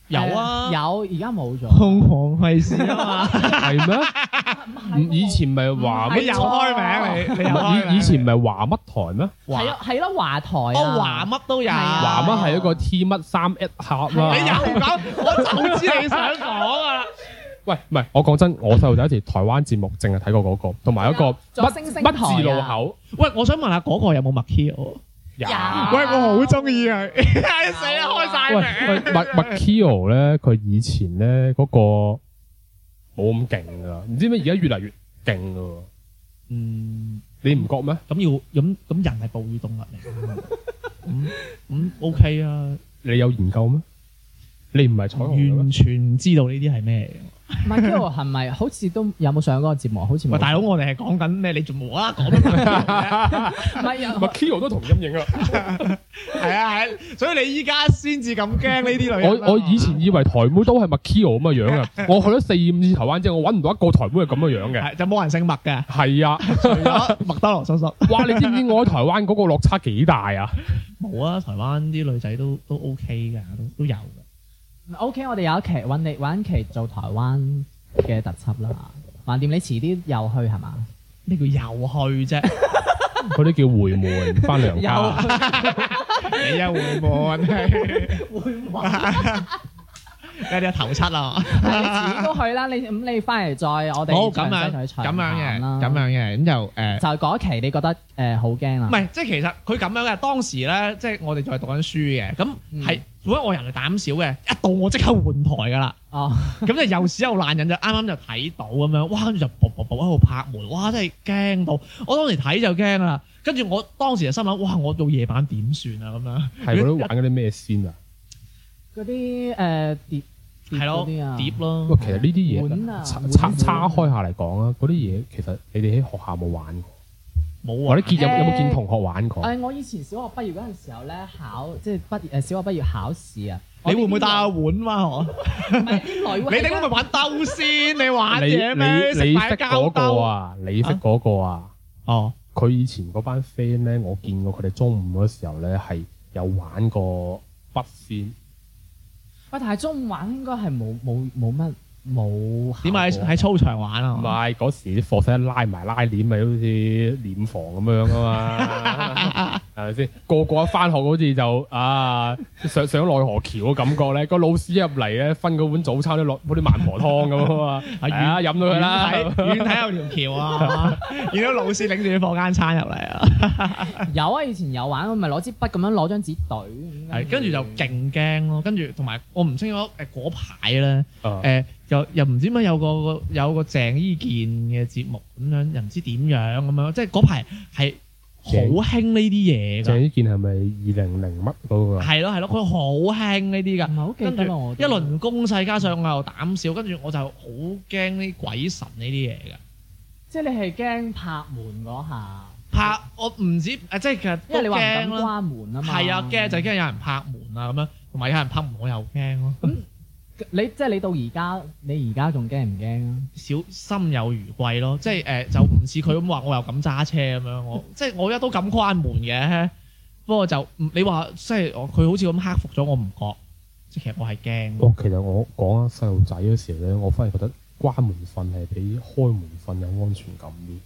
Speaker 2: 有啊，
Speaker 3: 有而家冇咗。
Speaker 2: 空皇費事 啊嘛，
Speaker 4: 係咩？唔以前咪
Speaker 3: 係
Speaker 4: 話
Speaker 3: 啊
Speaker 2: 你
Speaker 4: 乜？
Speaker 2: 又開名你，你又開
Speaker 4: 唔
Speaker 2: 名
Speaker 4: 以以前咪話乜台咩？
Speaker 3: 係咯
Speaker 2: 華
Speaker 3: 係咯華台啊，
Speaker 2: 我華乜都有，
Speaker 3: 係啊
Speaker 4: 話乜係一個 T 乜三 at 客
Speaker 3: 係
Speaker 4: 啦
Speaker 3: 啊
Speaker 2: 你。又咁，我就知你想講啊！
Speaker 4: 喂，唔係，我講真，我細路仔嗰時台灣節目淨係睇過嗰個，同埋一個
Speaker 3: 仲有
Speaker 4: 乜
Speaker 3: 星星
Speaker 4: 乜
Speaker 3: 台啊
Speaker 4: 字路口。
Speaker 2: 喂，我想問下嗰個有冇麥啊 Q？喂，
Speaker 4: 有
Speaker 3: 有喂
Speaker 2: 我好中意啊！ 死啦，
Speaker 4: 喂
Speaker 2: 開晒
Speaker 4: 喂，
Speaker 2: 名。
Speaker 4: 麥麥 Kio 咧，佢以前咧嗰個冇咁勁噶，唔知咩而家越嚟越勁噶，
Speaker 2: 嗯，
Speaker 4: 你唔覺咩？
Speaker 2: 咁要咁咁人係哺乳動物嚟㗎嘛， 咁咁 OK 啊。
Speaker 4: 你有研究咩？你唔係彩虹嘅
Speaker 2: 完
Speaker 4: 咩？
Speaker 2: 全唔知道呢啲係咩嚟。
Speaker 3: m i c h a e 係咪好似都有冇上嗰個節目？好似冇
Speaker 2: 喂，大佬，我哋係講緊咩？你仲冇 啦講緊
Speaker 3: 唔係有
Speaker 4: 麥 Kio 都同陰影啊！
Speaker 2: 係啊係，所以你依家先至咁驚呢啲女人啊
Speaker 4: 我我以前以為台妹都係麥 Kio 咁嘅樣啊， 我去咗四五次台灣之後，我揾唔到一個台妹係咁嘅樣嘅。
Speaker 2: 係就冇人姓麥 嘅，
Speaker 4: 係啊，
Speaker 2: 除咗麥當勞叔叔。
Speaker 4: 哇！你知唔知我喺台灣嗰個落差幾大 啊？
Speaker 2: 冇啊，台灣啲女仔都都 OK 㗎，都都有嘅。
Speaker 3: OK，我哋有一期揾你揾一期做台灣嘅特輯啦。橫掂你遲啲又去係嘛？
Speaker 2: 呢個又去啫，
Speaker 4: 嗰啲叫回門翻娘家。
Speaker 2: 你又會悶，
Speaker 3: 會 話
Speaker 2: 你哋頭七啊！
Speaker 3: 你遲啲都去啦。你咁你翻嚟再我哋
Speaker 2: 好咁
Speaker 3: 詳細
Speaker 2: 樣
Speaker 3: 同佢詳
Speaker 2: 咁樣嘅，
Speaker 3: 談啦
Speaker 2: 咁樣嘅，咁就誒。
Speaker 3: 就嗰期你覺得誒好驚啊啦
Speaker 2: 唔？係，即係其實佢咁樣嘅，當時咧，即係我哋仲係讀緊書嘅，咁
Speaker 3: 嗯
Speaker 2: 係本身我人係膽小嘅，一到我即刻換台㗎啦，
Speaker 3: 哦，
Speaker 2: 咁就又屎又爛人就啱啱就睇到咁樣，哇！跟住就噗噗噗喺度拍門，哇！真係驚到，我當時睇就驚啦，跟住我當時就心諗，哇！我到夜晚點算啊咁 樣，
Speaker 4: 係嗰啲玩嗰啲咩先啊？
Speaker 3: 嗰啲誒碟
Speaker 2: 係
Speaker 3: 碟嗰
Speaker 2: 咯
Speaker 3: 啲啊，
Speaker 2: 碟咯
Speaker 4: 喂，，其實呢
Speaker 3: 碗啊
Speaker 4: 啲嘢拆
Speaker 3: 碗
Speaker 4: 拆
Speaker 3: 碗
Speaker 4: 拆開下嚟講啊，嗰啲嘢其實你哋喺學校有冇玩過，
Speaker 2: 冇
Speaker 4: 或
Speaker 2: 啊
Speaker 4: 者，見有
Speaker 3: 誒
Speaker 4: 有冇見同學玩過？
Speaker 2: 哎
Speaker 3: 誒，哎我以前小學畢業嗰陣時候咧，考即係畢業誒小學畢業考試啊。
Speaker 2: 你會唔會帶
Speaker 3: 我
Speaker 2: 個碗嘛？我
Speaker 3: 呢啲女？唔係啲女
Speaker 2: 你
Speaker 3: 會
Speaker 2: 哋會唔會玩兜先？你玩
Speaker 4: 你
Speaker 2: 嘢咩？
Speaker 4: 你
Speaker 2: 食
Speaker 4: 你
Speaker 2: 埋
Speaker 4: 識嗰
Speaker 2: 膠
Speaker 4: 個
Speaker 2: 兜？
Speaker 4: 啊？你識嗰個啊？
Speaker 2: 哦，
Speaker 4: 佢以前嗰班 friend 咧，我見過佢哋中午嗰時候咧係有玩過筆仙，
Speaker 3: 喂，但係中午玩應該係冇冇冇乜冇
Speaker 2: 點啊解
Speaker 3: 效果
Speaker 2: 喺操場玩
Speaker 4: 唔
Speaker 2: 啊？
Speaker 4: 係嗰時啲課室一拉埋拉鏈，咪好似殮房咁樣啊嘛，係咪先？個個一翻學好似就啊上上奈何橋嘅感覺咧，個老師一入嚟咧分嗰碗早餐都落嗰啲孟婆湯咁啊嘛， 係啊飲到佢啦，
Speaker 2: 遠睇遠睇有條橋啊！ 見到老師拎住啲課間餐入嚟啊，
Speaker 3: 有啊，以前有玩，我咪攞支筆咁樣攞張紙懟咁樣，
Speaker 2: 係跟住就勁驚咯。跟住同埋我唔清楚誒嗰排咧
Speaker 4: 啊
Speaker 2: 誒呃又又唔知乜有個有個鄭伊健嘅節目咁樣，又唔知點樣咁樣，即係嗰排係好興呢啲嘢
Speaker 4: 鄭
Speaker 2: 㗎。
Speaker 4: 伊健係咪二零零乜嗰個啊？
Speaker 2: 係咯係咯，佢好興呢啲㗎。
Speaker 3: 唔係好記
Speaker 2: 跟
Speaker 3: 得
Speaker 2: 住
Speaker 3: 啦，我
Speaker 2: 一輪攻勢，加上我又膽小，跟住我就好驚呢鬼神呢啲嘢㗎。
Speaker 3: 即係你係驚拍門嗰下，
Speaker 2: 拍我唔止誒，即係其實
Speaker 3: 因為你
Speaker 2: 都
Speaker 3: 話唔敢
Speaker 2: 驚啦，
Speaker 3: 關門啊嘛。
Speaker 2: 係啊驚就係驚有人拍門啊咁樣，同埋有人拍門我又驚咯，
Speaker 3: 你即係你到而家，你而家仲驚唔驚啊？
Speaker 2: 小心有餘悸咯，即係誒、呃就唔似佢咁話我又敢揸車咁樣，我即係我一都敢關門嘅，不過就唔你話即係我佢好似咁克服咗我唔覺，即係其實我係驚嘅。
Speaker 4: 哦，其實我講緊細路仔嗰時候咧，我反而覺得關門瞓係比開門瞓有安全感啲。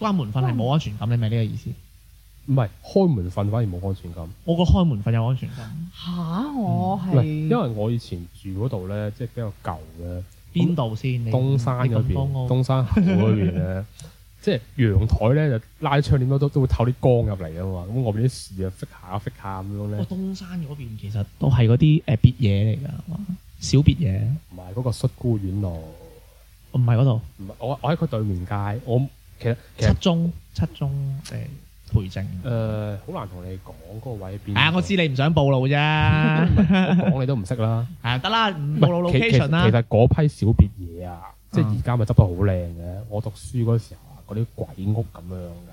Speaker 2: 關門瞓係冇安全感，你咪呢個意思？
Speaker 4: 唔係開門瞓反而冇安全感，
Speaker 2: 我個開門瞓有安全感，
Speaker 3: 吓，我
Speaker 4: 唔係因
Speaker 3: 係
Speaker 4: 為我以前住嗰度咧，即係比較舊嘅
Speaker 2: 邊度先？你
Speaker 4: 東山嗰
Speaker 2: 你份
Speaker 4: 邊
Speaker 2: 方，屋
Speaker 4: 東山口嗰邊 咧，即係陽台咧就拉窗簾都都會透啲光入嚟啊嘛，咁我邊啲樹啊 fit 下 fit 下咁樣
Speaker 2: 我
Speaker 4: 咧，
Speaker 2: 東山嗰邊其實都係嗰啲誒別嘢嚟㗎，係嘛小別嘢，
Speaker 4: 同埋嗰個恤孤院路，
Speaker 2: 唔係嗰度
Speaker 4: 唔係我我喺佢對面街，我其實其
Speaker 2: 七
Speaker 4: 實嗯
Speaker 2: 中七中誒培正。
Speaker 4: 誒呃好難同你講嗰個位喺邊。
Speaker 2: 啊，我知你唔想暴露啫，係
Speaker 4: 講你都唔識啦。
Speaker 2: 啊得啦，唔
Speaker 4: 唔
Speaker 2: 暴露
Speaker 4: 係其其
Speaker 2: location 啦
Speaker 4: 其。實嗰批小別嘢啊，即係
Speaker 2: 嗯
Speaker 4: 而家咪執得好靚嘅。我讀書嗰時候啊，嗰啲鬼屋咁樣嘅，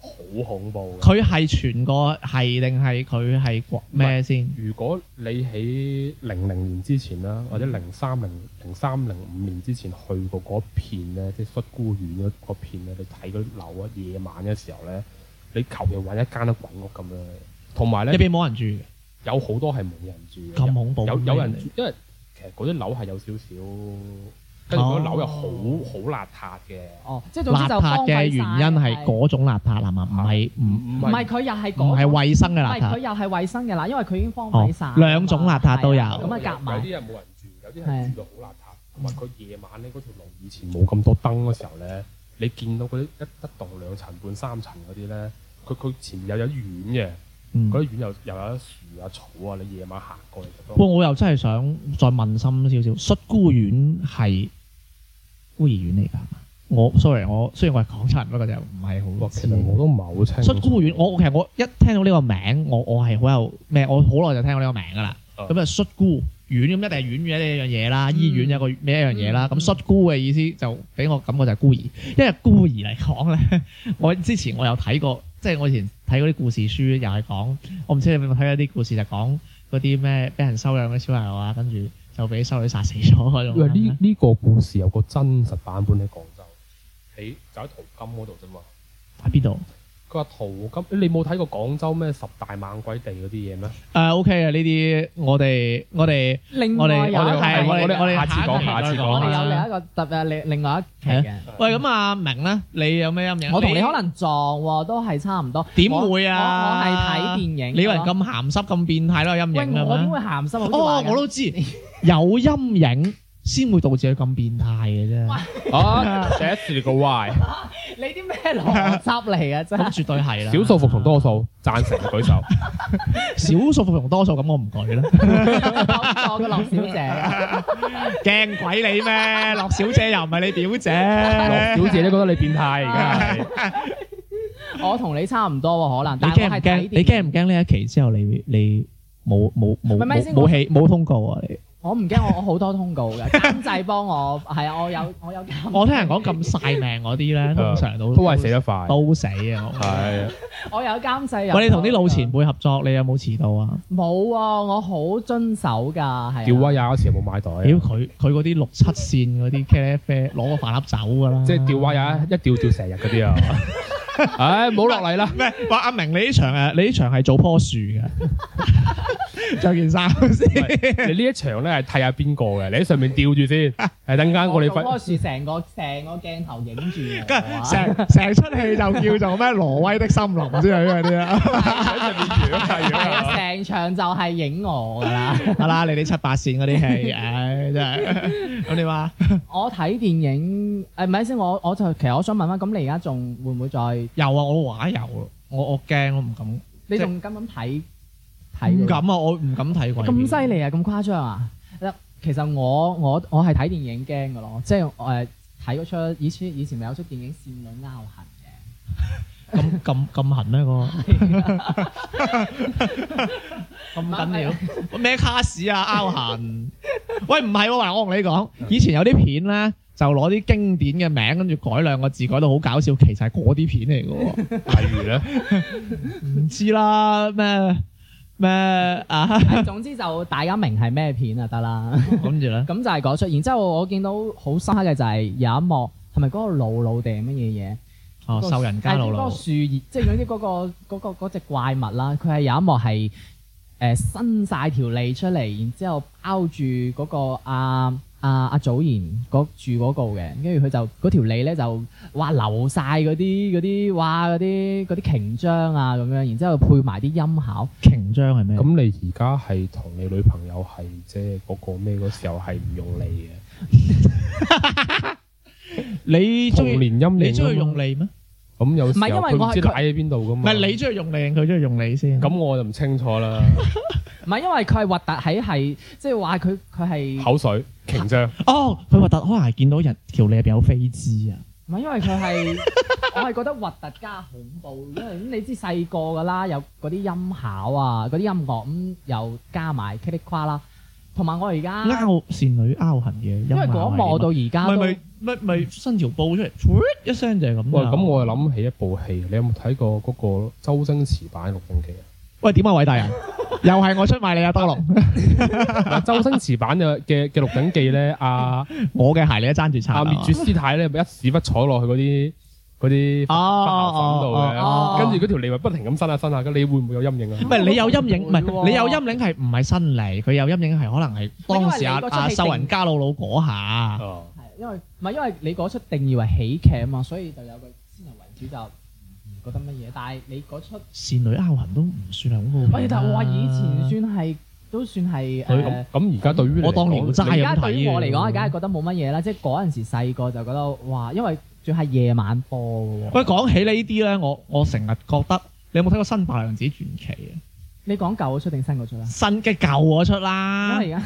Speaker 4: 好恐怖嘅。
Speaker 2: 佢係全個係定係佢係國咩先？
Speaker 4: 如果你喺零零年之前
Speaker 2: 嗯
Speaker 4: 啦，或者零三零零三零五年之前去過嗰片咧，即係恤孤院嗰嗰片咧，你睇嗰啲樓啊，夜晚嘅時候咧，你求其揾一間都鬼屋咁樣嘅。同埋
Speaker 2: 入
Speaker 4: 咧，
Speaker 2: 邊冇人住嘅，
Speaker 4: 有好多係冇人住嘅。
Speaker 2: 咁恐怖。嗯
Speaker 4: 有有人住，因為其實嗰啲樓係有少少，跟住嗰啲樓又好
Speaker 2: 哦
Speaker 4: 好邋遢嘅，
Speaker 3: 哦，即係總之
Speaker 2: 邋
Speaker 3: 就荒
Speaker 2: 遢
Speaker 3: 廢
Speaker 2: 嘅原因係
Speaker 3: 晒
Speaker 2: 嗰種邋遢係嘛？唔係唔
Speaker 4: 啊唔
Speaker 3: 唔係佢又係
Speaker 2: 唔
Speaker 3: 嗰
Speaker 2: 係衞生嘅
Speaker 3: 唔
Speaker 2: 邋
Speaker 3: 係佢
Speaker 2: 遢。
Speaker 3: 又係衞生嘅啦，因為佢已經荒廢晒啊
Speaker 2: 哦兩種邋遢都有
Speaker 3: 係啊咁啊夾
Speaker 4: 有
Speaker 3: 埋
Speaker 4: 啲人冇人住，有啲人住到好邋遢，同埋佢夜晚咧嗰條路以前冇咁多燈嘅時候咧，你見到嗰啲一一棟兩層半三層嗰啲咧，佢佢前面有有院嘅，
Speaker 2: 嗯
Speaker 4: 嗰啲院又又有啲樹啊草啊，你夜晚行過嚟就
Speaker 2: 不過我又真係想再問深少少，恤孤院係孤兒院嚟㗎係嘛？我 sorry，我雖然我係廣州人，不過就唔係好
Speaker 4: 哇
Speaker 2: 知
Speaker 4: 其實。我都唔係好清楚。
Speaker 2: 恤孤院，我其實我一聽到呢個名，我我係好有咩？我好耐就聽過呢個名㗎啦。
Speaker 4: 啊
Speaker 2: 咁啊，恤孤院咁一定係院嘅一樣嘢啦，醫院有一個咩一樣嘢啦。咁恤孤嘅意思就俾我感覺就係孤兒，因為孤兒嚟講咧， 我之前我有睇過，即係我以前睇嗰啲故事書，又係講，我唔知你有冇睇過啲故事，就講嗰啲咩俾人收養嘅小朋友啊，跟住就俾修女殺死咗嗰
Speaker 4: 因為
Speaker 2: 種啊
Speaker 4: 呢
Speaker 2: 啦。
Speaker 4: 呢個故事有個真實版本喺廣州，喺就喺淘金嗰度啫嘛。
Speaker 2: 喺邊度？
Speaker 4: 佢話淘金，你冇睇過廣州咩十大猛鬼地嗰啲嘢咩？
Speaker 2: 誒 OK 啊，呢啲我哋我哋
Speaker 3: 另
Speaker 2: 我
Speaker 3: 外
Speaker 2: 哋
Speaker 3: 有
Speaker 2: 我
Speaker 3: 一
Speaker 2: 哋係
Speaker 3: 個
Speaker 2: 我哋我哋
Speaker 4: 下次講
Speaker 2: 一期
Speaker 4: 下次
Speaker 2: 再
Speaker 4: 講
Speaker 3: 我哋
Speaker 2: 啦
Speaker 3: 有另一個特別另另外一期嘅。
Speaker 2: 喂，咁阿明咧，你有咩陰影？
Speaker 3: 我同你可能撞喎，都係差唔多。
Speaker 2: 點會啊
Speaker 3: 我我係睇電影。
Speaker 2: 你以為人咁鹹濕咁變態都有陰
Speaker 3: 喂，
Speaker 2: 影
Speaker 3: 我
Speaker 2: 㗎
Speaker 3: 點
Speaker 2: 咩？
Speaker 3: 會啊鹹濕啊？
Speaker 2: 哦，我都知，有陰影先會導致佢咁變態嘅啫，
Speaker 4: 啊，that's the why，
Speaker 3: 你啲咩邏輯嚟嘅真
Speaker 2: 咁
Speaker 3: 係？
Speaker 2: 絕對係啦。
Speaker 4: 少數服從多數，贊成 舉手。
Speaker 2: 少數服從多數，咁我唔舉啦。
Speaker 3: 我嘅樂小
Speaker 2: 啊
Speaker 3: 姐，
Speaker 2: 驚鬼你咩？樂小姐又唔係你表姐，
Speaker 4: 羅小姐都覺得你變態而家
Speaker 3: 我同你差唔多喎，可能。
Speaker 2: 你
Speaker 3: 但係
Speaker 2: 驚
Speaker 3: 我係
Speaker 2: 唔驚
Speaker 3: 睇？
Speaker 2: 你
Speaker 3: 電
Speaker 2: 驚
Speaker 3: 影
Speaker 2: 唔驚呢一期之後你你冇冇冇
Speaker 3: 咪咪
Speaker 2: 冇
Speaker 3: 先
Speaker 2: 冇戲冇通告啊？你
Speaker 3: 我唔驚，我我好多通告嘅，監製幫我 係啊，我有 我有監。
Speaker 2: 我聽人講咁晒命嗰啲咧，
Speaker 4: Ờ.
Speaker 2: 通常都
Speaker 4: 都係死得快。
Speaker 2: 都死啊！ 我
Speaker 4: 係啊，
Speaker 3: 我有監製有。
Speaker 2: 喂，你同啲老前輩合作，你有冇遲到啊？
Speaker 3: 冇啊！我好遵守㗎，係啊。
Speaker 4: 吊威亞嗰時有冇買袋啊？
Speaker 2: 屌佢佢嗰啲六七線嗰啲茄喱啡攞個飯盒走㗎啦，
Speaker 4: 即 係吊威亞一吊吊成日嗰啲啊！唉，唔好落嚟啦。
Speaker 2: 咩？話阿明你呢場誒，你呢場係做棵樹 嘅，着件衫先。
Speaker 4: 你呢一場咧係睇下邊個嘅，你喺上面吊 住先。係等間我哋
Speaker 3: 嗰
Speaker 4: 分
Speaker 3: 棵樹成個成個鏡頭影住我啊。
Speaker 2: 成成出戲就叫做咩挪威的森林之類嗰啲啊 啦，
Speaker 4: 喺上面搖下搖
Speaker 3: 係
Speaker 4: 下
Speaker 3: 啊，成場就係影我㗎啦。
Speaker 2: 係啦，你哋七八線嗰啲戲，唉，真係咁你啊話
Speaker 3: 我睇電影誒，唔係先，我我就其實我想問翻，咁你而家仲會唔會再？
Speaker 2: 有啊，我話有啊，我我驚，我唔敢，
Speaker 3: 你仲敢唔敢睇睇
Speaker 2: 唔
Speaker 3: 佢？
Speaker 2: 敢啊，我唔敢睇鬼片
Speaker 3: 咁犀利啊！咁誇張啊！嗱其實我我我係睇電影驚嘅咯，即係誒睇嗰出以前以前咪有出電影《倩女幽魂》
Speaker 2: 咁
Speaker 3: 嘅，
Speaker 2: 咁咁痕咩個？咁
Speaker 3: 啊
Speaker 2: 緊 要咩卡士啊？拗痕？ 喂，唔係喎，嗱，我同你講，以前有啲片咧就攞啲經典嘅名，跟住改兩個字，改到好搞笑，其實係嗰啲片嚟嘅喎。
Speaker 4: 例如咧，
Speaker 2: 啊唔知啦，咩咩啊？
Speaker 3: 總之就大家明係咩片就 得啦。
Speaker 2: 跟住咧，
Speaker 3: 咁就係嗰出。然之後我見到好深刻嘅就係有一幕係咪嗰個露露定係乜嘢嘢？
Speaker 2: 哦，獸人加老
Speaker 3: 係嗰
Speaker 2: 老
Speaker 3: 個，樹葉，即係總之嗰個嗰個嗰隻怪物啦，佢係有一幕係誒伸晒條脷出嚟，然之後包住嗰個阿阿阿祖賢嗰住嗰個嘅，跟住佢就嗰條脷咧就哇流晒嗰啲嗰啲哇嗰啲嗰啲瓊漿啊咁樣，然之後配埋啲音效，
Speaker 2: 瓊章係咩？
Speaker 4: 咁你而家係同你女朋友係即係嗰個咩嗰時候係唔用力
Speaker 2: 你中意
Speaker 4: 嘅，童年陰影。
Speaker 2: 你中意用利咩？
Speaker 4: 咁有時
Speaker 3: 唔係因
Speaker 4: 候
Speaker 3: 為
Speaker 4: 佢
Speaker 3: 我
Speaker 4: 唔
Speaker 3: 係
Speaker 4: 知
Speaker 3: 佢
Speaker 4: 奶喺邊度噶
Speaker 2: 唔
Speaker 4: 嘛？
Speaker 2: 係你中意用利定佢中意用你先？
Speaker 4: 咁我就唔清楚啦。
Speaker 3: 唔係因為佢係核突喺係即係話佢佢係
Speaker 4: 口水、瓊漿，
Speaker 2: 哦，佢核突可能係見到人條脷入邊有飛枝啊！
Speaker 3: 唔係因 為佢係，我係覺得核突加恐怖，因為咁你知細個噶啦，有嗰啲音效啊，嗰啲音樂咁、又加埋噼里夸啦，同埋我而家，
Speaker 2: 拗倩女拗痕嘅，因
Speaker 3: 因為嗰一幕我到而家
Speaker 2: 咪
Speaker 3: 都
Speaker 2: 咪咪咪伸條布出嚟，唰一聲就係咁
Speaker 4: 喂，
Speaker 2: 啦。
Speaker 4: 咁我又諗起一部戲，你有冇睇過嗰個周星馳版《鹿鼎記》啊？
Speaker 2: 喂點啊，偉大 人，又係我出賣你啊，多龍，
Speaker 4: 嗱，周星馳版嘅嘅嘅《鹿鼎記》咧，阿
Speaker 2: 我嘅鞋你都爭住擦。
Speaker 4: 阿滅絕師太咧，咪一屎忽坐落去嗰啲嗰啲
Speaker 2: 哦 ờ,
Speaker 4: 花
Speaker 2: 哦
Speaker 3: 哦
Speaker 4: 牛粉度嘅，跟住嗰條脷咪不停咁伸下伸下，咁你會唔會有陰影啊
Speaker 2: 唔？係你有陰影，唔係
Speaker 3: 會喎
Speaker 2: 你有陰影係唔係生理？佢有陰影係可能係當時阿
Speaker 3: 因為你嗰出戲
Speaker 2: 阿秀人
Speaker 3: 定
Speaker 2: 加老老嗰下。
Speaker 4: 哦
Speaker 3: 係因為唔係因為你嗰出定義為喜劇啊嘛，所以就有個先入為主就唔覺得乜嘢，但係你嗰出，
Speaker 2: 倩女拗痕都唔算係好好。
Speaker 3: 喂，但係我話以前算係都算係誒。
Speaker 4: 咁咁而家對於你嚟講
Speaker 2: 我當年好渣
Speaker 3: 而
Speaker 2: 係咁睇嘅
Speaker 3: 家對於我嚟講，梗係覺得冇乜嘢啦。即係嗰陣時細個就覺得哇，因為仲係夜晚播嘅喎。
Speaker 2: 喂，講起呢啲咧，我我成日覺得你有冇睇過《新白娘子傳奇》啊？
Speaker 3: 你講舊嗰出定新嗰出啦？
Speaker 2: 新嘅舊嗰出啦
Speaker 3: 因。為而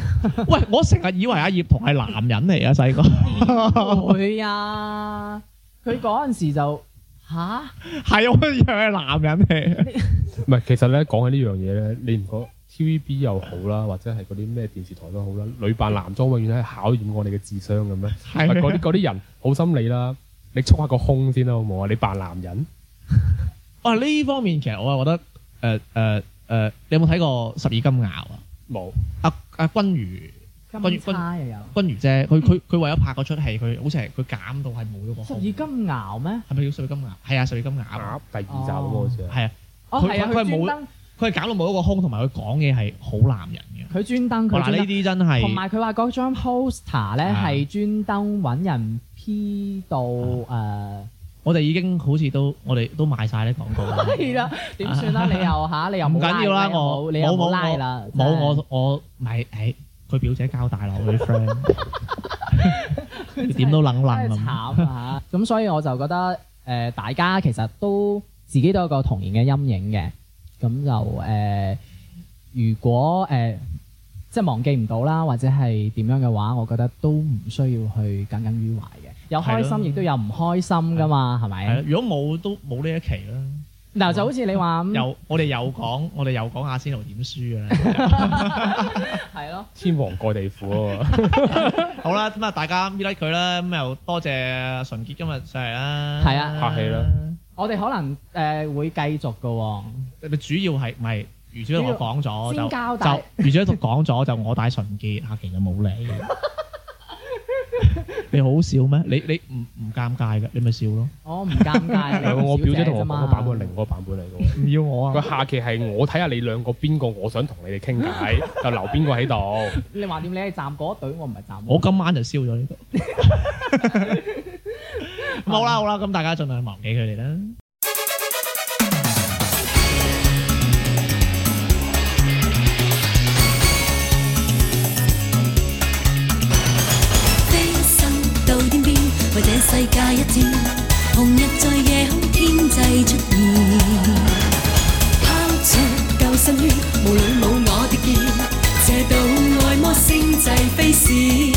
Speaker 2: 喂，我成日以為阿葉童係男人嚟啊， 細個
Speaker 3: 家會啊，佢嗰陣時就吓，
Speaker 2: 係我以為係男人嚟。
Speaker 4: 唔係，其實咧講起呢樣嘢咧，你唔覺 TVB 又好啦，或者係嗰啲咩電視台都好啦，女扮男裝永遠係考驗我哋嘅智商咁樣。唔
Speaker 3: 啊
Speaker 4: 係
Speaker 2: 係
Speaker 4: 嗰
Speaker 2: 咩
Speaker 4: 啲嗰啲人好心理啦，你束下個胸先啦，好唔好啊？你扮男人，
Speaker 2: 哇，哦呢方面其實我係覺得誒誒誒，你有冇睇過《十二金鴨》啊？
Speaker 4: 冇
Speaker 2: 阿阿君如
Speaker 3: 金叉又有
Speaker 2: 君如姐，佢佢佢為咗拍嗰出戲，佢好似係佢減到係冇咗個
Speaker 3: 十
Speaker 2: 胸
Speaker 3: 二。金牛咩？
Speaker 2: 係咪叫十二金鴨？係啊，十二金鴨。
Speaker 4: 鴨第二集咁啊好似係。
Speaker 2: 係啊，
Speaker 3: 哦，
Speaker 2: 佢
Speaker 3: 係啊，
Speaker 2: 佢
Speaker 3: 佢
Speaker 2: 佢冇
Speaker 3: 專登，
Speaker 2: 佢係減到冇咗個胸，同埋佢講嘢係好男人嘅。
Speaker 3: 佢專登，
Speaker 2: 哇
Speaker 3: 佢
Speaker 2: 嗱，呢
Speaker 3: 專登。
Speaker 2: 啲真
Speaker 3: 同
Speaker 2: 係
Speaker 3: 埋佢話嗰張 poster 咧
Speaker 2: 啊
Speaker 3: 係專登揾人 P ờ. 到誒，
Speaker 2: 我哋已經好似都我哋都賣晒啲廣告啦。
Speaker 3: 係啦，點算啦？你又吓， 你又
Speaker 2: 唔
Speaker 3: 冇
Speaker 2: 緊要啦，
Speaker 3: 拉你又
Speaker 2: 我
Speaker 3: 冇你又
Speaker 2: 冇
Speaker 3: 冇
Speaker 2: 我
Speaker 3: 拉啦，
Speaker 2: 冇
Speaker 3: 真係
Speaker 2: 我我咪誒，佢表姐交大啦，我啲 friend 點都冷冷
Speaker 3: 真係
Speaker 2: 咁。
Speaker 3: 慘啊！咁所以我就覺得誒、呃大家其實都自己都有個童年嘅陰影嘅，咁就誒、呃如果誒、呃即係忘記唔到啦，或者係點樣嘅話，我覺得都唔需要去耿耿於懷嘅。有開
Speaker 2: 係咯
Speaker 3: 心，亦都有唔開心噶嘛，係
Speaker 2: 係
Speaker 3: 咪
Speaker 2: 啦？，如果冇都冇呢一期啦。
Speaker 3: 嗱，就好似你話咁，
Speaker 2: 又我哋又講，我哋又講阿仙奴點輸 嘅咧。
Speaker 3: 係咯，
Speaker 4: 天王蓋地虎啊！
Speaker 2: 好啦，咁啊，大家 like 佢啦，咁又多謝純潔今日上嚟啦。
Speaker 3: 係啊
Speaker 4: 客氣啦。
Speaker 3: 我哋可能誒、呃、會繼續噶喎、
Speaker 2: 咪主要係唔係？余主任我講咗
Speaker 3: 先交
Speaker 2: 就
Speaker 3: 代
Speaker 2: 就余主任講咗就我帶純潔，下期就 冇你。你好笑咩？你你唔唔尷尬嘅，你咪笑咯。
Speaker 3: 我唔尷尬，你
Speaker 4: 係 我表姐
Speaker 3: 姐
Speaker 4: 同
Speaker 3: 啫
Speaker 4: 我講
Speaker 3: 嘛
Speaker 4: 個版本係另一個版本嚟 嘅
Speaker 2: 唔要我
Speaker 4: 喎，佢！下期係我睇下你兩個邊個，我想同你哋傾偈，就留邊個喺度。
Speaker 3: 你話掂你係站嗰隊，我唔係站嗰隊
Speaker 2: 我今晚就燒咗呢度。冇啦好 啦，咁大家盡量忘記佢哋啦。
Speaker 5: 飛身到天邊，為這世界一戰。紅日在夜空天際出現，拋出救生圈，無論冇我的肩，這道愛魔星際飛閃。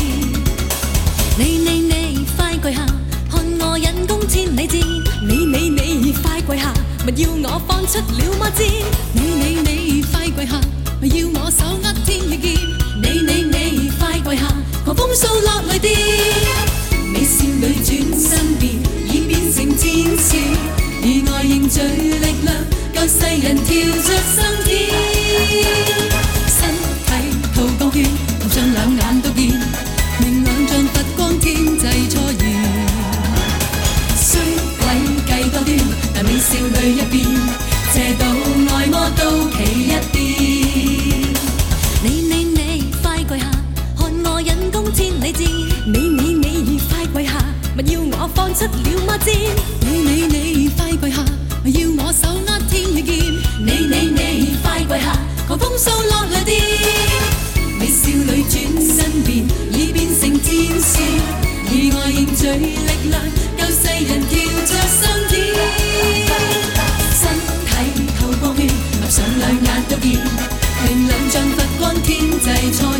Speaker 5: 你你你快跪下，看我引弓千里箭！你你你快跪下，出了嗎？知你你你快跪下，咪要我手握天與劍。你你你快跪下，狂風掃落雷電。美少女轉身變，已變成戰士，以愛凝聚力量，教世人跳出生天。身體吐光圈，頭上兩眼都見，明亮像佛光天際初現。衰鬼計多端，但美少女一變，邪道外魔都企一邊。你你你快跪下，看我引弓千里箭。你你你快跪下，勿要我放出了魔箭。你你你快跪下，勿要我手握天與劍。你你你快跪下，狂風掃落雷電。美少女轉身變，已變成戰士，以愛凝聚力量，救世人跳着生天。身體透光圈，合上兩眼都見，明亮像佛光天際初現。